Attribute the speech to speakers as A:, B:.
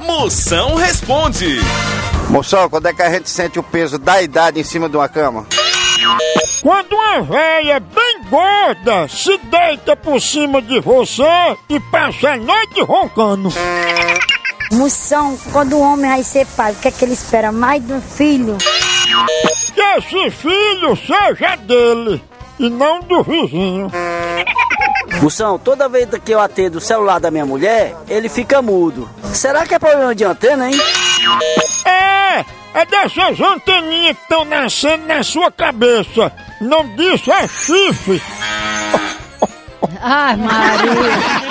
A: Moção responde.
B: Moção, quando é que a gente sente o peso da idade em cima de uma cama?
C: Quando uma véia bem gorda se deita por cima de você e passa a noite roncando.
D: Moção, quando o homem vai ser pai, o que é que ele espera? Mais de um filho?
C: Que esse filho seja dele e não do vizinho.
E: Moção, toda vez que eu atendo o celular da minha mulher, ele fica mudo. Será que é problema de antena, hein?
C: É, é dessas anteninhas que estão nascendo na sua cabeça. Não disso é chifre.
F: Ai, Maria.